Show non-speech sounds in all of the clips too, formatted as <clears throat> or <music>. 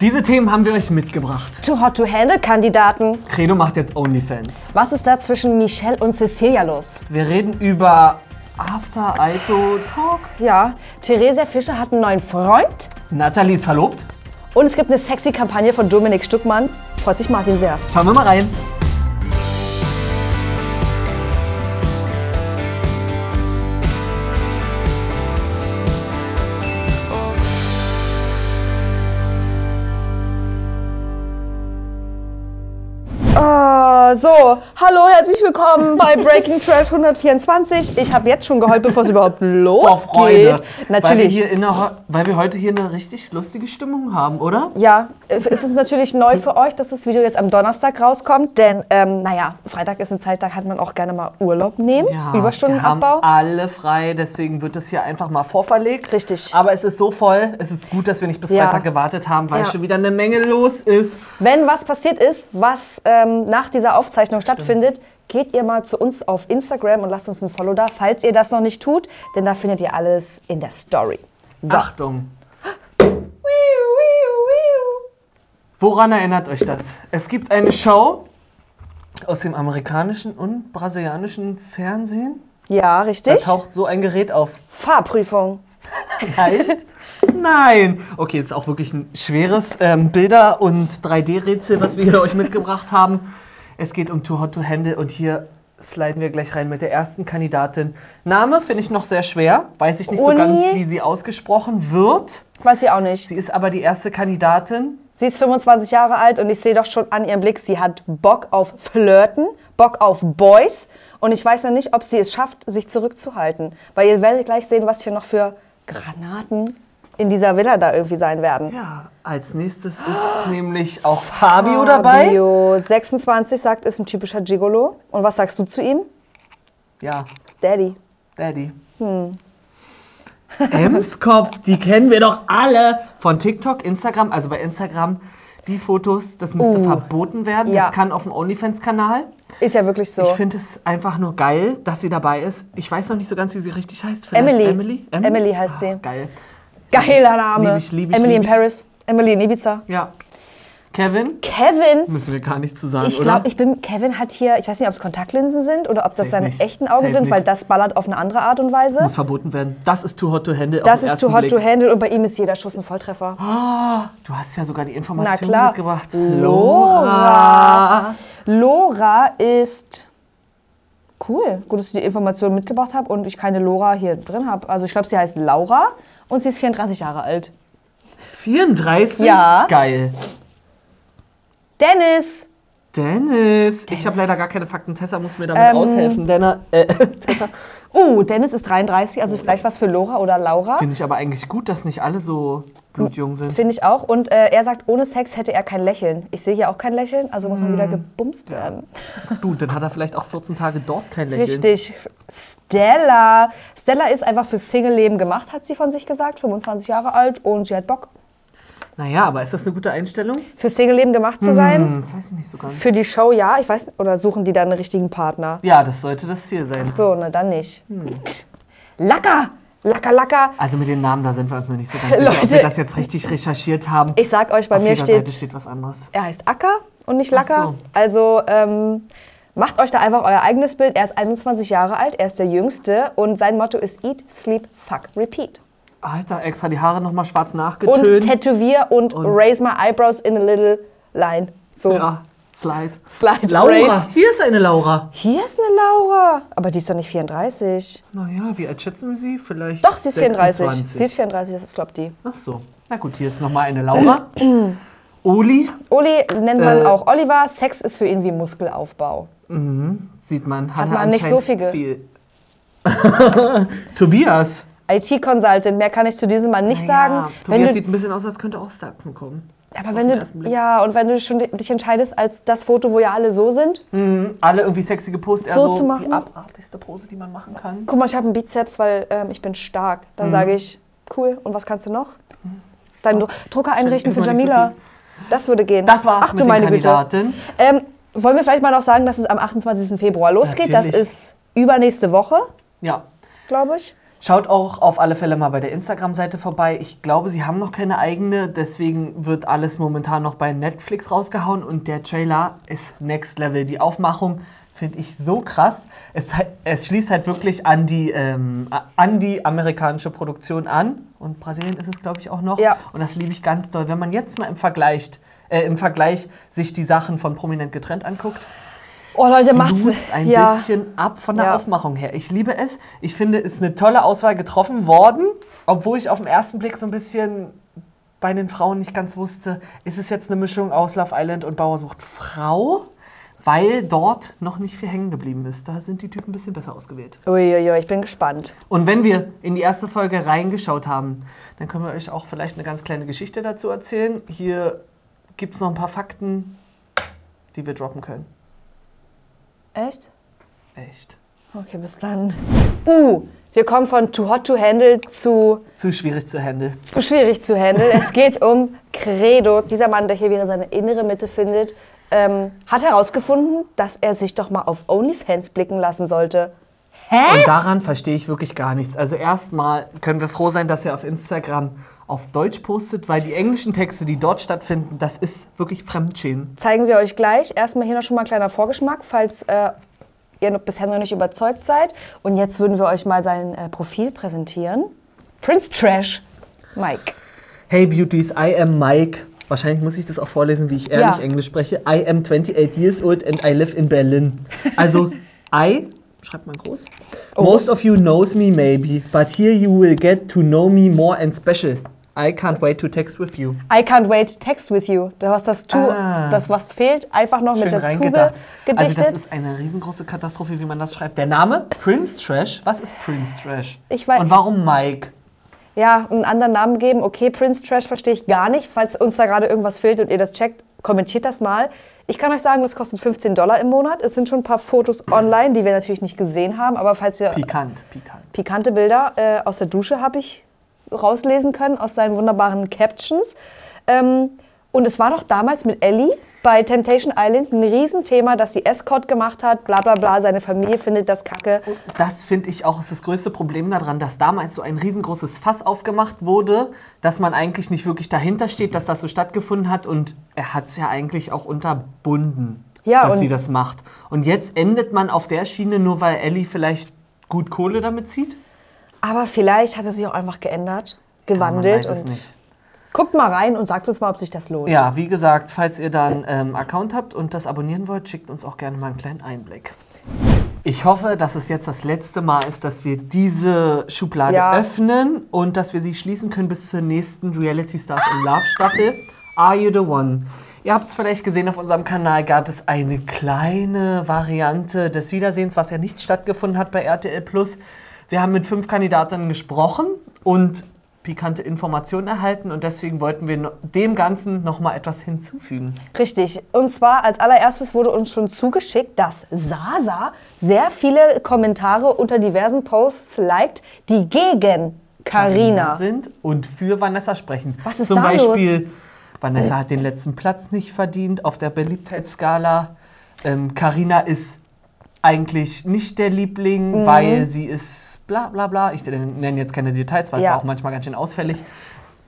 Diese Themen haben wir euch mitgebracht. Too Hot to Handle Kandidaten. Credo macht jetzt OnlyFans. Was ist da zwischen Michelle und Cecilia los? Wir reden über After Aito Talk. Ja, Theresia Fischer hat einen neuen Freund Nathalie ist verlobt. und es gibt eine sexy Kampagne von Dominik Stückmann. Freut sich Martin sehr. Schauen wir mal rein. Ah, so, hallo, herzlich <laughs> willkommen bei Breaking Trash 124. Ich habe jetzt schon geheult, bevor es überhaupt <laughs> Vor losgeht. Freude. Weil wir, Natürlich. hier in der, weil wir heute hier eine richtig lustige Stimmung haben, oder? Ja, es ist natürlich neu für euch, dass das Video jetzt am Donnerstag rauskommt, denn ähm, naja, Freitag ist ein Zeittag, hat man auch gerne mal Urlaub nehmen, Überstundenabbau. Wir haben alle frei, deswegen wird das hier einfach mal vorverlegt. Richtig. Aber es ist so voll. Es ist gut, dass wir nicht bis Ja. Freitag gewartet haben, weil Ja. schon wieder eine Menge los ist. Wenn was passiert ist, was ähm, nach dieser Aufzeichnung stattfindet, geht ihr mal zu uns auf Instagram und lasst uns ein Follow da, falls ihr das noch nicht tut, denn da findet ihr alles in der Story. Achtung. Woran erinnert euch das? Es gibt eine Show aus dem amerikanischen und brasilianischen Fernsehen. Ja, Da richtig. taucht so ein Gerät auf. Fahrprüfung. Nein. Nein. Okay, ist auch wirklich ein schweres ähm, Bilder- und 3D-Rätsel, was wir hier euch mitgebracht haben. Es geht um Too Hot to Handle und hier sliden wir gleich rein mit der ersten Kandidatin. Name finde ich noch sehr schwer. Weiß ich nicht so Uni? ganz, wie sie ausgesprochen wird. Weiß ich auch nicht. Sie ist aber die erste Kandidatin. Sie ist 25 Jahre alt und ich sehe doch schon an ihrem Blick, sie hat Bock auf Flirten, Bock auf Boys. Und ich weiß noch nicht, ob sie es schafft, sich zurückzuhalten. Weil ihr werdet gleich sehen, was hier noch für Granaten in dieser Villa da irgendwie sein werden. Ja, als nächstes ist nämlich auch Fabio dabei. Bio 26 sagt, ist ein typischer Gigolo. Und was sagst du zu ihm? Ja, Daddy. Daddy. Hm. <laughs> Emskopf, die kennen wir doch alle von TikTok, Instagram, also bei Instagram. Die Fotos, das müsste verboten werden. Uh. Ja. Das kann auf dem OnlyFans-Kanal. Ist ja wirklich so. Ich finde es einfach nur geil, dass sie dabei ist. Ich weiß noch nicht so ganz, wie sie richtig heißt. Vielleicht Emily. Emily? Ah, Emily heißt sie. Geil. Geiler Name. Lieb ich, lieb ich, Emily lieb in ich. Paris. Emily in Ibiza. Ja. Kevin, Kevin. müssen wir gar nicht zu sagen, Ich oder? glaube, ich bin. Kevin hat hier, ich weiß nicht, ob es Kontaktlinsen sind oder ob das Safe seine nicht. echten Augen Safe sind, weil nicht. das ballert auf eine andere Art und Weise. Muss verboten werden. Das ist too hot to handle. auf das den ist too ersten hot Blick. to handle und bei ihm ist jeder Schuss ein Volltreffer. Ah, du hast ja sogar die Na Information klar. mitgebracht. Lora. Lora ist cool. Gut, dass ich die Informationen mitgebracht habe und ich keine Lora hier drin habe. Also ich glaube, sie heißt Laura und sie ist 34 Jahre alt. 34? Ja. Geil. Dennis. Dennis. Ich habe leider gar keine Fakten. Tessa muss mir damit Ähm, aushelfen. Denner, <laughs> äh, Tessa. Uh, Dennis ist 33, also vielleicht was für Lora oder Laura. Finde ich aber eigentlich gut, dass nicht alle so blutjung <laughs> sind. Finde ich auch. Und äh, er sagt, ohne Sex hätte er kein Lächeln. Ich sehe hier auch kein Lächeln, also muss man wieder gebumst werden. Du, dann hat er vielleicht auch 14 Tage dort kein Lächeln. Richtig. Stella. Stella ist einfach fürs Single-Leben gemacht, hat sie von sich gesagt. 25 Jahre alt und sie hat Bock, Naja, aber ist das eine gute Einstellung? fürs Single-Leben gemacht zu sein. Hm, weiß ich nicht so ganz. Für die Show ja, ich weiß nicht. Oder suchen die dann einen richtigen Partner? Ja, das sollte das Ziel sein. So, na dann nicht. Hm. Lacker! Lacker, lacker! Also mit den Namen, da sind wir uns noch nicht so ganz sicher, ob Leute. wir das jetzt richtig recherchiert haben. Ich sag euch, bei Auf mir jeder Seite steht, steht was anderes. er heißt Acker und nicht Lacker. Ach so. Also ähm, macht euch da einfach euer eigenes Bild. Er ist 21 Jahre alt, er ist der Jüngste und sein Motto ist Eat, Sleep, Fuck, Repeat. Alter, extra die Haare nochmal schwarz Und nachgetönt. Tätowier und, Raise My Eyebrows in a Little Line. So, ja, Slide. Slide Laura, Raise. hier ist eine Laura. Hier ist eine Laura, aber die ist doch nicht 34. Naja, wie alt schätzen wir sie? Vielleicht Doch, sie ist 34. 26. Sie ist 34, das ist, glaubt die. Ach so. Na gut, hier ist nochmal eine <clears throat> Laura. Oli Oli nennt man Äh. auch Oliver. Sex ist für ihn wie Muskelaufbau. sieht man, Hat er man nicht so anscheinend viel viel. <laughs> Tobias. IT-Consultant, mehr kann ich zu diesem Mann nicht Ja, sagen. Wenn Tobias du, sieht ein bisschen aus, als könnte er aus Sachsen kommen. aber auf wenn den du, ersten Blick. ja, und wenn du schon di- dich entscheidest als das Foto, wo ja alle so sind. Hm. Alle irgendwie sexy gepostet. Er So so zu machen? die abartigste Pose, die man machen kann. Guck mal, ich habe einen Bizeps, weil ähm, ich bin stark. Hm. Dann sage ich, cool, und was kannst du noch? Deinen Dru- Drucker einrichten für erstmal nicht so Jamila. das würde gehen. Das war's Ach, mit du den meine Kandidaten. Güte. Ähm, wollen wir vielleicht mal noch sagen, dass es am 28. Februar losgeht? Das Natürlich. ist übernächste Woche, Ja. glaube ich. Schaut auch auf alle Fälle mal bei der Instagram-Seite vorbei. Ich glaube, sie haben noch keine eigene, deswegen wird alles momentan noch bei Netflix rausgehauen und der Trailer ist Next Level. Die Aufmachung finde ich so krass. Es, hat- es schließt halt wirklich an die, ähm, a- an die amerikanische Produktion an und Brasilien ist es, glaube ich, auch noch. Ja. Und das liebe ich ganz doll. Wenn man jetzt mal im Vergleich, äh, im Vergleich sich die Sachen von Prominent getrennt anguckt, Oh Leute, es macht's. lost ein ja. bisschen ab von der Ja. Aufmachung her. Ich liebe es. Ich finde, es ist eine tolle Auswahl getroffen worden, obwohl ich auf den ersten Blick so ein bisschen bei den Frauen nicht ganz wusste, ist es jetzt eine Mischung aus Love Island und Bauer sucht Frau, weil dort noch nicht viel hängen geblieben ist. Da sind die Typen ein bisschen besser ausgewählt. Uiuiui, ich bin gespannt. Und wenn wir in die erste Folge reingeschaut haben, dann können wir euch auch vielleicht eine ganz kleine Geschichte dazu erzählen. Hier gibt es noch ein paar Fakten, die wir droppen können. Echt? Echt. Okay, bis dann. Uh, wir kommen von too hot to handle zu Zu schwierig zu handeln. zu schwierig zu handeln. Es geht um Credo. Dieser Mann, der hier wieder seine innere Mitte findet, ähm, hat herausgefunden, dass er sich doch mal auf OnlyFans blicken lassen sollte. Hä? Und daran verstehe ich wirklich gar nichts. Also erstmal können wir froh sein, dass er auf Instagram auf Deutsch postet, weil die englischen Texte, die dort stattfinden, das ist wirklich Fremdschämen. Zeigen wir euch gleich. Erstmal hier noch schon mal ein kleiner Vorgeschmack, falls äh, ihr noch bisher noch nicht überzeugt seid. Und jetzt würden wir euch mal sein äh, Profil präsentieren. Prince Trash, Mike. Hey Beauties, I am Mike. Wahrscheinlich muss ich das auch vorlesen, wie ich ehrlich Ja. Englisch spreche. I am 28 years old and I live in Berlin. Also I, schreibt man groß. Oh. Most of you knows me maybe, but here you will get to know me more and special. I can't wait to text with you. I can't wait, text with you. Du hast das To, Ah. das was fehlt, einfach noch mit Schön dazu reingedacht. Also gedichtet. das ist eine riesengroße Katastrophe, wie man das schreibt. Der Name Prince Trash. Was ist Prince Trash? Ich weiß- Und warum Mike? ja, einen anderen Namen geben. Okay, Prince Trash verstehe ich gar nicht. Falls uns da gerade irgendwas fehlt und ihr das checkt, kommentiert das mal. Ich kann euch sagen, das kostet 15 Dollar im Monat. Es sind schon ein paar Fotos online, die wir natürlich nicht gesehen haben. Aber falls ihr Pikant, pikant. pikante Bilder äh, aus der Dusche habe ich rauslesen können, aus seinen wunderbaren Captions. Ähm, und es war doch damals mit Ellie bei Temptation Island ein Riesenthema, dass sie Escort gemacht hat, bla bla bla, seine Familie findet das kacke. Das finde ich auch ist das größte Problem daran, dass damals so ein riesengroßes Fass aufgemacht wurde, dass man eigentlich nicht wirklich dahinter steht, dass das so stattgefunden hat und er hat es ja eigentlich auch unterbunden, Ja, dass und- sie das macht. Und jetzt endet man auf der Schiene nur, weil Ellie vielleicht gut Kohle damit zieht? Aber vielleicht hat er sich auch einfach geändert, man gewandelt. weiß es und nicht. Guckt mal rein und sagt uns mal, ob sich das lohnt. Ja, wie gesagt, falls ihr da einen ähm, Account habt und das abonnieren wollt, schickt uns auch gerne mal einen kleinen Einblick. Ich hoffe, dass es jetzt das letzte Mal ist, dass wir diese Schublade Ja. öffnen und dass wir sie schließen können bis zur nächsten Reality Stars in Love Staffel. Are You the One? Ihr habt es vielleicht gesehen, auf unserem Kanal gab es eine kleine Variante des Wiedersehens, was ja nicht stattgefunden hat bei RTL Plus. Wir haben mit fünf Kandidatinnen gesprochen und pikante Informationen erhalten und deswegen wollten wir no- dem Ganzen nochmal etwas hinzufügen. Richtig. Und zwar als allererstes wurde uns schon zugeschickt, dass Sasa sehr viele Kommentare unter diversen Posts liked, die gegen Karina. sind und für Vanessa sprechen. Was ist Zum da Beispiel, Vanessa hat den letzten Platz nicht verdient auf der Beliebtheitsskala. Ähm, Carina ist eigentlich nicht der Liebling, Mhm. weil sie ist bla bla bla. Ich nenne jetzt keine Details, weil es Ja. war auch manchmal ganz schön ausfällig.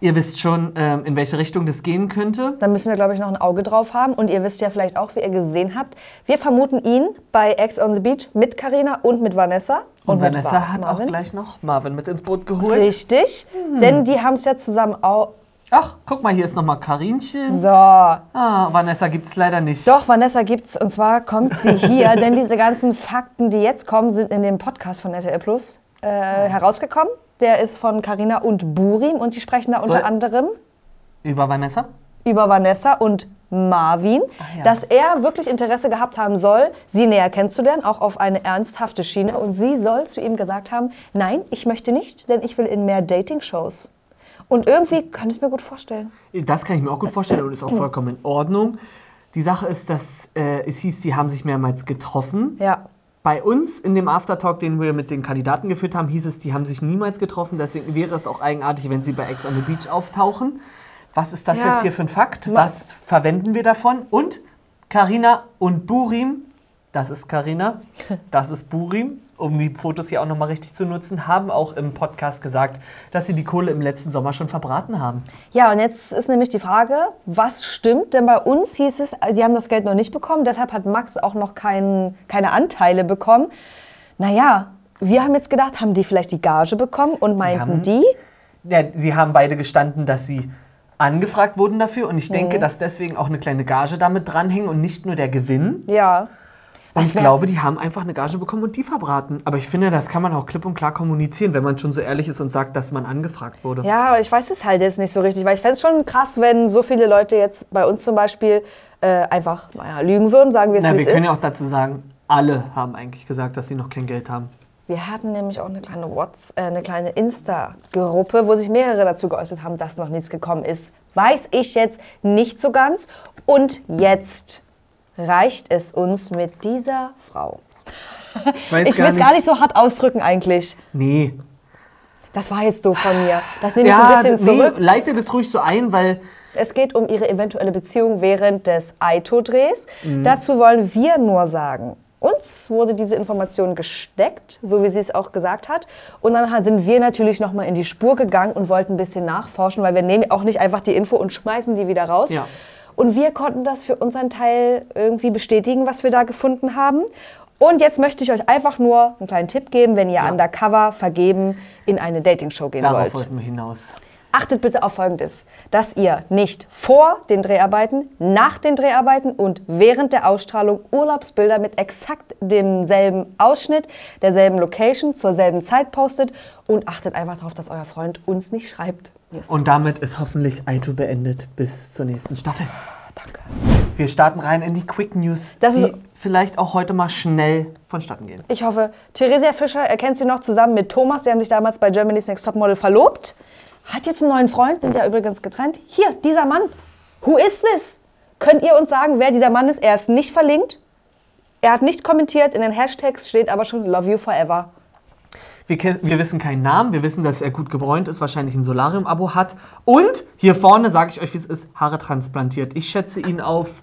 Ihr wisst schon, ähm, in welche Richtung das gehen könnte. Da müssen wir, glaube ich, noch ein Auge drauf haben. Und ihr wisst ja vielleicht auch, wie ihr gesehen habt. Wir vermuten ihn bei Ex on the Beach mit Karina und mit Vanessa. Und, mit Vanessa Wa- hat Marvin. auch gleich noch Marvin mit Hm. ins Boot geholt. Richtig. Denn die haben es ja zusammen auch. Ach, guck mal, hier ist nochmal Mhm. Karinchen. So, Ah, Vanessa gibt's leider nicht. Doch, Vanessa gibt's und zwar kommt sie hier, <laughs> denn diese ganzen Fakten, die jetzt kommen, sind in dem Podcast von RTL Plus äh, herausgekommen. Der ist von Carina und Burim und die sprechen da Soll- unter anderem Über Vanessa? über Vanessa und Marvin, ja. dass er wirklich Interesse gehabt haben soll, sie näher kennenzulernen, auch auf eine ernsthafte Schiene. Und sie soll zu ihm gesagt haben, nein, ich möchte nicht, denn ich will in mehr Dating-Shows. Und irgendwie kann ich es mir gut vorstellen. Das kann ich mir auch gut vorstellen und ist auch vollkommen in Ordnung. Die Sache ist, dass äh, es hieß, sie haben sich mehrmals getroffen. Ja, Bei uns in dem Aftertalk, den wir mit den Kandidaten geführt haben, hieß es, die haben sich niemals getroffen. Deswegen wäre es auch eigenartig, wenn sie bei Ex on the Beach auftauchen. Was ist das Ja. jetzt hier für ein Fakt? Was verwenden wir davon? <laughs> Und Karina und Burim, das ist Karina, das ist Burim, um die Fotos hier auch nochmal richtig zu nutzen, haben auch im Podcast gesagt, dass sie die Kohle im letzten Sommer schon verbraten haben. Ja, und jetzt ist nämlich die Frage, was stimmt? Denn bei uns hieß es, die haben das Geld noch nicht bekommen, deshalb hat Max auch noch kein, keine Anteile bekommen. Naja, wir haben jetzt gedacht, haben die vielleicht die Gage bekommen und meinten haben- die? Ja, sie haben beide gestanden, dass sie angefragt wurden dafür und ich Mhm. denke, dass deswegen auch eine kleine Gage damit dranhing und nicht nur der Gewinn. Ja. Und Was ich wär- glaube, die haben einfach eine Gage bekommen und die verbraten. Aber ich finde, das kann man auch klipp und klar kommunizieren, wenn man schon so ehrlich ist und sagt, dass man angefragt wurde. Ja, aber ich weiß es halt jetzt nicht so richtig, weil ich fände es schon krass, wenn so viele Leute jetzt bei uns zum Beispiel äh, einfach naja, lügen würden, sagen wir es Na, wie wir es können ist. ja auch dazu sagen, alle haben eigentlich gesagt, dass sie noch kein Geld haben. wir hatten nämlich auch eine kleine Whats äh, eine kleine Insta-Gruppe, wo sich mehrere dazu geäußert haben, dass noch nichts gekommen ist. Weiß ich jetzt nicht so ganz. Und jetzt reicht es uns mit dieser Frau. Ich weiß ich will es gar nicht so hart ausdrücken eigentlich. Nee. Das Das war jetzt doof von mir. Das nehme ich ja, ein bisschen nee, zurück. leite das ruhig so ein, weil Es geht um ihre eventuelle Beziehung während des Aito-Drehs. Dazu wollen wir nur sagen, uns wurde diese Information gesteckt, so wie sie es auch gesagt hat. Und dann sind wir natürlich nochmal in die Spur gegangen und wollten ein bisschen nachforschen, weil wir nehmen auch nicht einfach die Info und schmeißen die wieder raus. Ja. Und wir konnten das für unseren Teil irgendwie bestätigen, was wir da gefunden haben. Und jetzt möchte ich euch einfach nur einen kleinen Tipp geben, wenn ihr undercover vergeben in eine Dating-Show gehen darauf wollt. wollten wir hinaus. Achtet bitte auf Folgendes, dass ihr nicht vor den Dreharbeiten, nach den Dreharbeiten und während der Ausstrahlung Urlaubsbilder mit exakt demselben Ausschnitt, derselben Location, zur selben Zeit postet und achtet einfach darauf, dass euer Freund uns nicht schreibt. Und damit ist hoffentlich Aito beendet bis zur nächsten Staffel. Ah, Danke. Wir starten rein in die Quick News, Das die ist- vielleicht auch heute mal schnell vonstatten gehen. Ich hoffe, Theresia Fischer erkennt sie noch zusammen mit Thomas. Sie haben sich damals bei Germany's Next Topmodel verlobt. Hat jetzt einen neuen Freund, sind ja übrigens getrennt. Hier, dieser Mann. Who is this? Könnt ihr uns sagen, wer dieser Mann ist? Er ist nicht verlinkt. Er hat nicht kommentiert. In den Hashtags steht aber schon Love You Forever. Wir, ken- wir wissen keinen Namen, wir wissen, dass er gut gebräunt ist, wahrscheinlich ein Solarium-Abo hat. Und hier vorne, sage ich euch, wie es ist, Haare transplantiert. Ich schätze ihn auf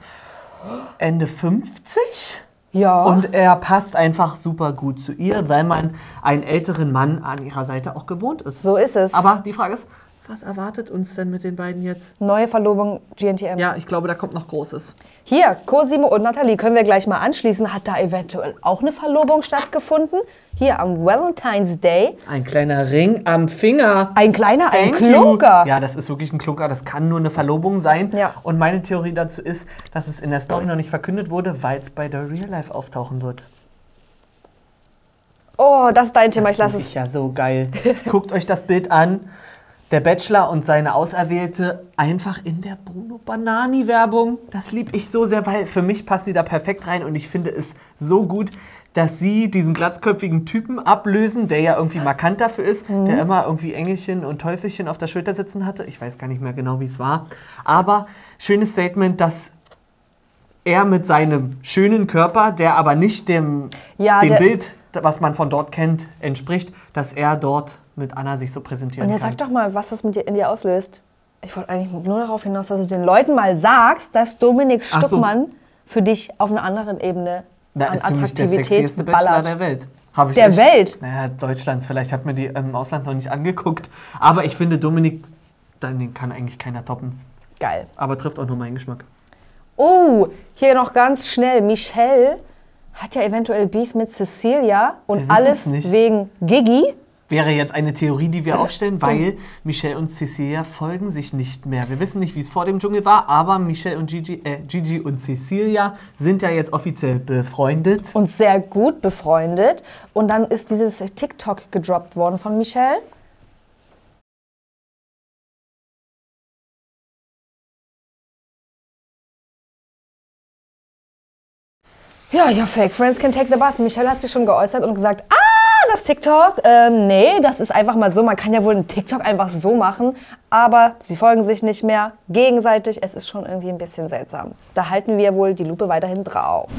Ende 50. Ja. Und er passt einfach super gut zu ihr, weil man einen älteren Mann an ihrer Seite auch gewohnt ist. So ist es. Aber die Frage ist, was erwartet uns denn mit den beiden jetzt? Neue Verlobung GNTM. Ja, ich glaube, da kommt noch Großes. Hier, Cosimo und Nathalie können wir gleich mal anschließen. Hat da eventuell auch eine Verlobung stattgefunden? Hier am Valentine's Day. Ein kleiner Ring am Finger. Ein kleiner, ein Thank you. Klunker. Ja, das ist wirklich ein Klunker. Das kann nur eine Verlobung sein. Ja. Und meine Theorie dazu ist, dass es in der Story noch nicht verkündet wurde, weil es bei der Real Life auftauchen wird. Oh, das ist dein Thema. ich Das finde lasse es ich ja so geil. <laughs> Guckt euch das Bild an. Der Bachelor und seine Auserwählte einfach in der Bruno Banani Werbung. Das lieb ich so sehr, weil für mich passt sie da perfekt rein und ich finde es so gut, dass sie diesen glatzköpfigen Typen ablösen, der ja irgendwie markant dafür ist, Mhm. der immer irgendwie Engelchen und Teufelchen auf der Schulter sitzen hatte. Ich weiß gar nicht mehr genau, wie es war. Aber schönes Statement, dass er mit seinem schönen Körper, der aber nicht dem, Ja, dem der- Bild, was man von dort kennt, entspricht, dass er dort mit Anna sich so präsentieren Und jetzt kann. sag doch mal, was das mit dir in dir auslöst. Ich wollte eigentlich nur darauf hinaus, dass du den Leuten mal sagst, dass Dominik Ach so. Stuckmann für dich auf einer anderen Ebene da an ist für mich der Attraktivität sexieste Bachelor ballert. der Welt. Hab ich Der echt- Welt? Naja, Deutschlands. Vielleicht hat mir die ähm, im Ausland noch nicht angeguckt. Aber ich finde, Dominik, den kann eigentlich keiner toppen. Geil. Aber trifft auch nur meinen Geschmack. Oh, hier noch ganz schnell. Michelle hat ja eventuell Beef mit Wir Cecilia und wissen's alles nicht. wegen Gigi. Wäre jetzt eine Theorie, die wir aufstellen, Oh. weil Michelle und Cecilia folgen sich nicht mehr. Wir wissen nicht, wie es vor dem Dschungel war, aber Michelle und Gigi, äh, Gigi und Cecilia sind ja jetzt offiziell befreundet. und sehr gut befreundet. Und dann ist dieses TikTok gedroppt worden von Michelle. Ja, your fake friends can take the bus. Michelle hat sich schon geäußert und gesagt, ah, das TikTok, äh, nee, das ist einfach mal so. Man kann ja wohl ein TikTok einfach so machen, aber sie folgen sich nicht mehr gegenseitig. Es ist schon irgendwie ein bisschen seltsam. Da halten wir wohl die Lupe weiterhin drauf.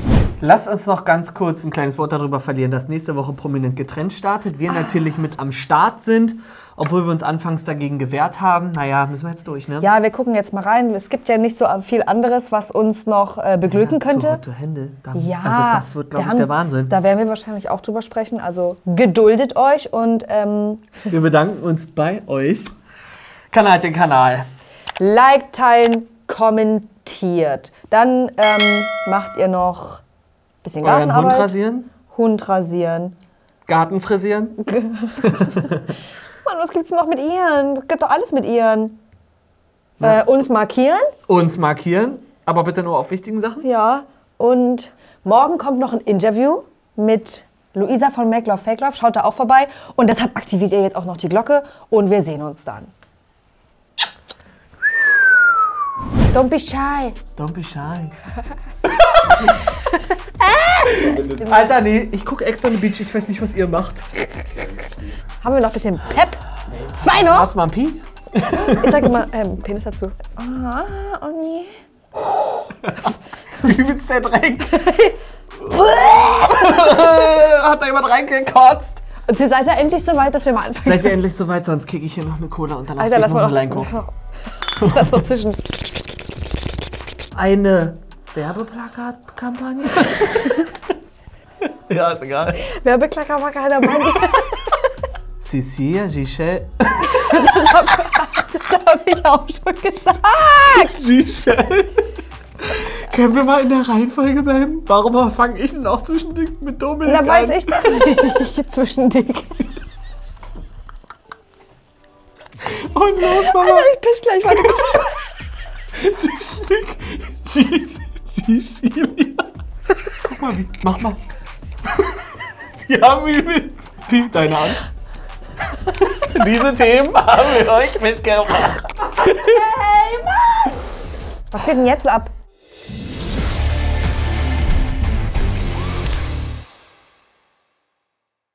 Lasst uns noch ganz kurz ein kleines Wort darüber verlieren, dass nächste Woche prominent getrennt startet. Ah. Wir natürlich mit am Start sind, obwohl wir uns anfangs dagegen gewehrt haben. Naja, müssen wir jetzt durch, ne? Ja, wir gucken jetzt mal rein. Es gibt ja nicht so viel anderes, was uns noch äh, beglücken könnte. Tote Hände. Da, Ja, also das wird, glaube ich, dann- der Wahnsinn. Da werden wir wahrscheinlich auch drüber sprechen. Also geduldet euch und ähm, Wir bedanken uns bei euch. Kanal den Kanal. liked, teilen, kommentiert. Dann ähm, macht ihr noch ein bisschen Euren Hund Gartenarbeit. rasieren, Hund rasieren. Garten frisieren. Mann, was gibt's noch mit ihren? Es gibt doch alles mit ihren. Äh, uns markieren, Uns markieren, aber bitte nur auf wichtigen Sachen. ja. Und morgen kommt noch ein Interview mit Luisa von Make Love Fake Love. Schaut da auch vorbei. Und deshalb aktiviert ihr jetzt auch noch die Glocke und wir sehen uns dann. Don't be shy. Don't be <laughs> shy. Alter, nee, ich gucke extra on the Beach, ich weiß nicht, was ihr macht. Haben wir noch ein bisschen Pep? Zwei noch? Hast du mal ein Pi? Ich sag immer ähm, Penis dazu. Ah, oh nee. Übelst der <laughs> Dreck. <laughs> Hat da jemand reingekotzt? Und ihr seid ja endlich so weit, dass wir mal anfangen. Seid ihr endlich soweit, sonst kriege ich hier noch eine Cola und danach Alter, ziehe ich lass noch mal einen noch. Leinkoks. <laughs> Lass noch zwischen. Eine <laughs> Werbeplakatkampagne? ja, ist egal. Werbeklacker war keiner <laughs> Mann. Cecilia Gichel. Das habe ich auch schon gesagt. Ah, Gichel. Können wir mal in der Reihenfolge bleiben? Warum fange ich denn auch zwischendurch mit Dominik Da an? weiß ich doch nicht. <laughs> Zwischen dick. Und los nochmal. Alter, ich piss gleich. Warte, guck. Zwischendurch G- Cecilia. Guck mal, wie. Mach mal. <laughs> Wir haben übel. Die, deine Hand. <laughs> Diese Themen haben wir euch mitgebracht. Was geht denn jetzt ab?